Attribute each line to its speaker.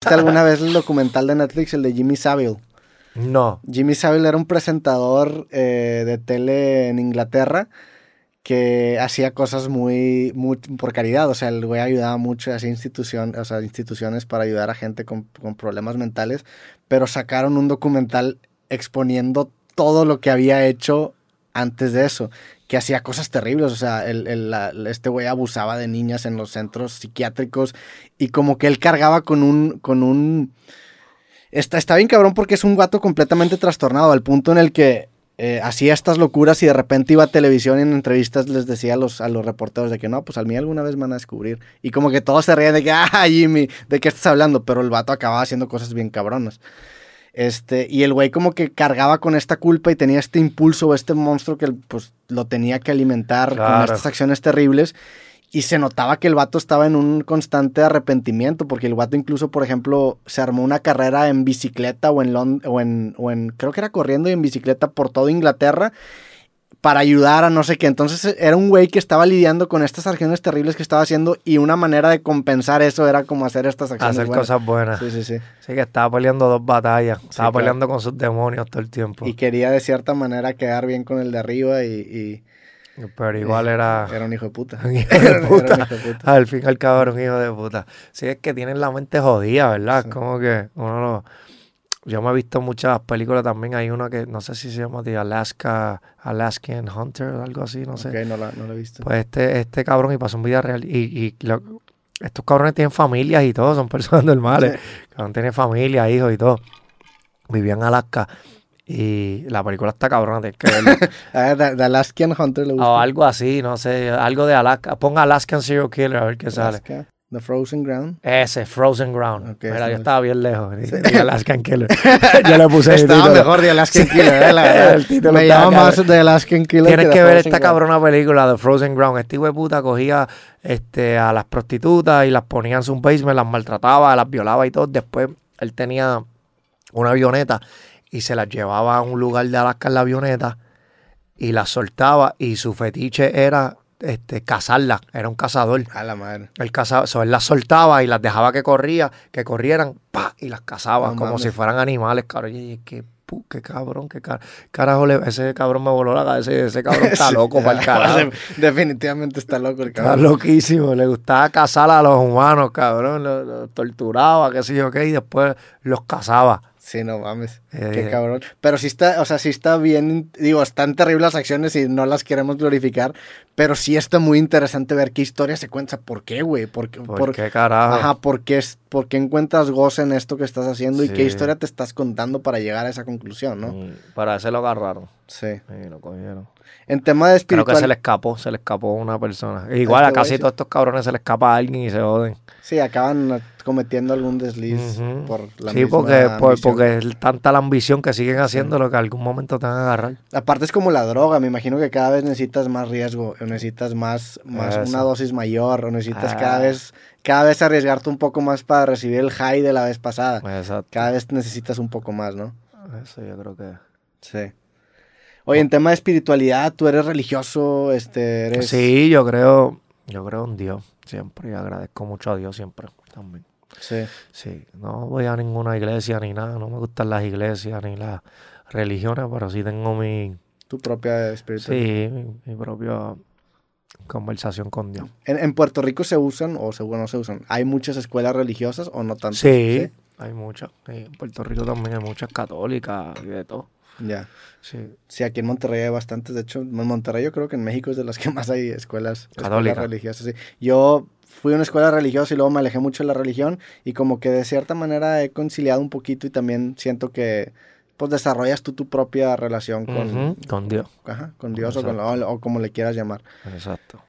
Speaker 1: ¿Viste alguna vez el documental de Netflix, el de Jimmy Savile?
Speaker 2: No.
Speaker 1: Jimmy Savile era un presentador eh, de tele en Inglaterra que hacía cosas muy, muy por caridad. O sea, el güey ayudaba mucho, hacía institución, o sea, instituciones para ayudar a gente con, con problemas mentales, pero sacaron un documental exponiendo todo lo que había hecho antes de eso, que hacía cosas terribles, o sea, el, el, la- este güey abusaba de niñas en los centros psiquiátricos y como que él cargaba con un, con un, está, está bien cabrón porque es un guato completamente trastornado, al punto en el que eh, hacía estas locuras y de repente iba a televisión y en entrevistas les decía a los, a los reporteros de que no, pues al mí alguna vez me van a descubrir. Y como que todos se reían de que, ah, Jimmy, ¿de qué estás hablando? Pero el vato acababa haciendo cosas bien cabronas. Este, y el güey como que cargaba con esta culpa y tenía este impulso o este monstruo que pues lo tenía que alimentar con
Speaker 2: Claro.
Speaker 1: estas acciones terribles. Y se notaba que el vato estaba en un constante arrepentimiento, porque el vato incluso, por ejemplo, se armó una carrera en bicicleta o en, Lon- o en, o en creo que era corriendo y en bicicleta por toda Inglaterra para ayudar a no sé qué. Entonces era un güey que estaba lidiando con estas acciones terribles que estaba haciendo y una manera de compensar eso era como hacer estas acciones.
Speaker 2: Hacer
Speaker 1: buenas.
Speaker 2: cosas buenas.
Speaker 1: Sí, sí, sí.
Speaker 2: Sí, que estaba peleando dos batallas. estaba
Speaker 1: claro.
Speaker 2: peleando con sus demonios todo el tiempo.
Speaker 1: Y quería de cierta manera quedar bien con el de arriba y, y-
Speaker 2: Pero igual era.
Speaker 1: era un hijo de puta.
Speaker 2: un hijo de
Speaker 1: Era
Speaker 2: puta.
Speaker 1: un hijo de puta.
Speaker 2: Al fin y al cabo era un hijo de puta. Sí, es que tienen la mente jodida, ¿verdad?
Speaker 1: Sí.
Speaker 2: Es Como que uno lo... Yo me he visto muchas películas también. Hay una que no sé si se llama The Alaska, Alaskan Hunter o algo así, no sé.
Speaker 1: Ok, no la, no la he visto.
Speaker 2: Pues este, este cabrón y pasó en vida real. Y, y lo- estos cabrones tienen familias y todo, son personas normales. Cabrón tiene familia, hijos y todo. Vivían en Alaska. Y la película está cabrona, tienes que verla.
Speaker 1: Ah, The, The Alaskan Hunter le gusta.
Speaker 2: o algo así, no sé, algo de Alaska. Ponga Alaskan Serial Killer a ver qué sale.
Speaker 1: Alaska, The Frozen Ground.
Speaker 2: Ese, Frozen Ground.
Speaker 1: Ok,
Speaker 2: Mira,
Speaker 1: sí.
Speaker 2: yo estaba bien lejos. Y Alaskan Killer. yo le puse el
Speaker 1: Estaba
Speaker 2: título.
Speaker 1: mejor de Alaskan Killer, eh, la verdad.
Speaker 2: El título
Speaker 1: Me
Speaker 2: estaba
Speaker 1: llama
Speaker 2: cabrón.
Speaker 1: más de Alaskan Killer.
Speaker 2: Tienes
Speaker 1: de
Speaker 2: que ver
Speaker 1: Frozen
Speaker 2: esta
Speaker 1: Ground.
Speaker 2: cabrona película de Frozen Ground. Este hijo de puta cogía este, a las prostitutas y las ponía en su basement, las maltrataba, las violaba y todo. Después él tenía una avioneta y se las llevaba a un lugar de Alaska en la avioneta y las soltaba y su fetiche era este, cazarlas, era un cazador.
Speaker 1: A la madre.
Speaker 2: Él, cazaba, so, él las soltaba y las dejaba que corría, que corrieran, pa, y las cazaba
Speaker 1: No
Speaker 2: como
Speaker 1: mames.
Speaker 2: si fueran animales, cabrón. Y dije, qué, pu- qué cabrón, qué car- carajo, le- ese cabrón me voló la cabeza y ese cabrón está
Speaker 1: Sí.
Speaker 2: loco para el carajo.
Speaker 1: Definitivamente está loco el
Speaker 2: Está
Speaker 1: cabrón.
Speaker 2: loquísimo, le gustaba cazar a los humanos, cabrón, los, los torturaba, qué sé yo qué, y después los cazaba.
Speaker 1: Sí, no mames.
Speaker 2: Eh,
Speaker 1: Qué cabrón. Pero sí está, o sea, sí está bien, digo, están terribles las acciones y no las queremos glorificar, pero sí está muy interesante ver qué historia se cuenta, por qué, güey, por, qué-
Speaker 2: ¿Por,
Speaker 1: por-
Speaker 2: qué carajo?
Speaker 1: Ajá, por qué, es- por qué encuentras goce en esto que estás haciendo y
Speaker 2: Sí. Mm.
Speaker 1: qué historia te estás contando para llegar a esa conclusión, ¿no?
Speaker 2: Y Para ese lo agarraron
Speaker 1: Sí.
Speaker 2: y lo cogieron.
Speaker 1: En tema de
Speaker 2: Creo que
Speaker 1: espiritualidad.
Speaker 2: se le escapó, se le escapó a una persona. Igual
Speaker 1: Este
Speaker 2: a casi
Speaker 1: güey, sí.
Speaker 2: todos estos cabrones se le escapa a alguien y se joden.
Speaker 1: Sí, acaban cometiendo algún desliz
Speaker 2: Ujú.
Speaker 1: por la
Speaker 2: sí,
Speaker 1: misma
Speaker 2: porque, por-
Speaker 1: ambición.
Speaker 2: porque es tanta la ambición que siguen haciendo lo que algún momento te van a agarrar.
Speaker 1: Aparte es como la droga, me imagino que cada vez necesitas más riesgo, o necesitas más, más
Speaker 2: Eso.
Speaker 1: una dosis mayor, o necesitas cada
Speaker 2: Ah.
Speaker 1: vez, cada vez arriesgarte un poco más para recibir el high de la vez pasada.
Speaker 2: Exacto.
Speaker 1: Cada vez necesitas un poco más, ¿no?
Speaker 2: Ah. Eso yo creo que.
Speaker 1: Sí. Oye, en tema de espiritualidad, tú eres religioso, este, eres...
Speaker 2: Pues Sí, yo creo, yo creo en Dios siempre y agradezco mucho a Dios siempre también.
Speaker 1: Sí.
Speaker 2: Sí, no voy a ninguna iglesia ni nada, no me gustan las iglesias ni las religiones, pero sí tengo mi,
Speaker 1: Tu propia espiritualidad.
Speaker 2: sí, mi, mi propia conversación con Dios.
Speaker 1: En, en Puerto Rico se usan, o seguro no se usan, ¿hay muchas escuelas religiosas o no tanto?
Speaker 2: Sí, hay muchas. sí, en Puerto Rico también hay muchas católicas y de todo.
Speaker 1: Ya.
Speaker 2: Sí.
Speaker 1: Sí, aquí en Monterrey hay bastantes. De hecho, en Monterrey yo creo que en México es de las que más hay escuelas, escuelas
Speaker 2: Católica.
Speaker 1: religiosas. sí. Yo fui a una escuela religiosa y luego me alejé mucho de la religión y como que de cierta manera he conciliado un poquito y también siento que pues desarrollas tú tu propia relación con,
Speaker 2: Ujú, con Dios.
Speaker 1: ajá, con Dios o, con- o- o como le quieras llamar.
Speaker 2: Exacto.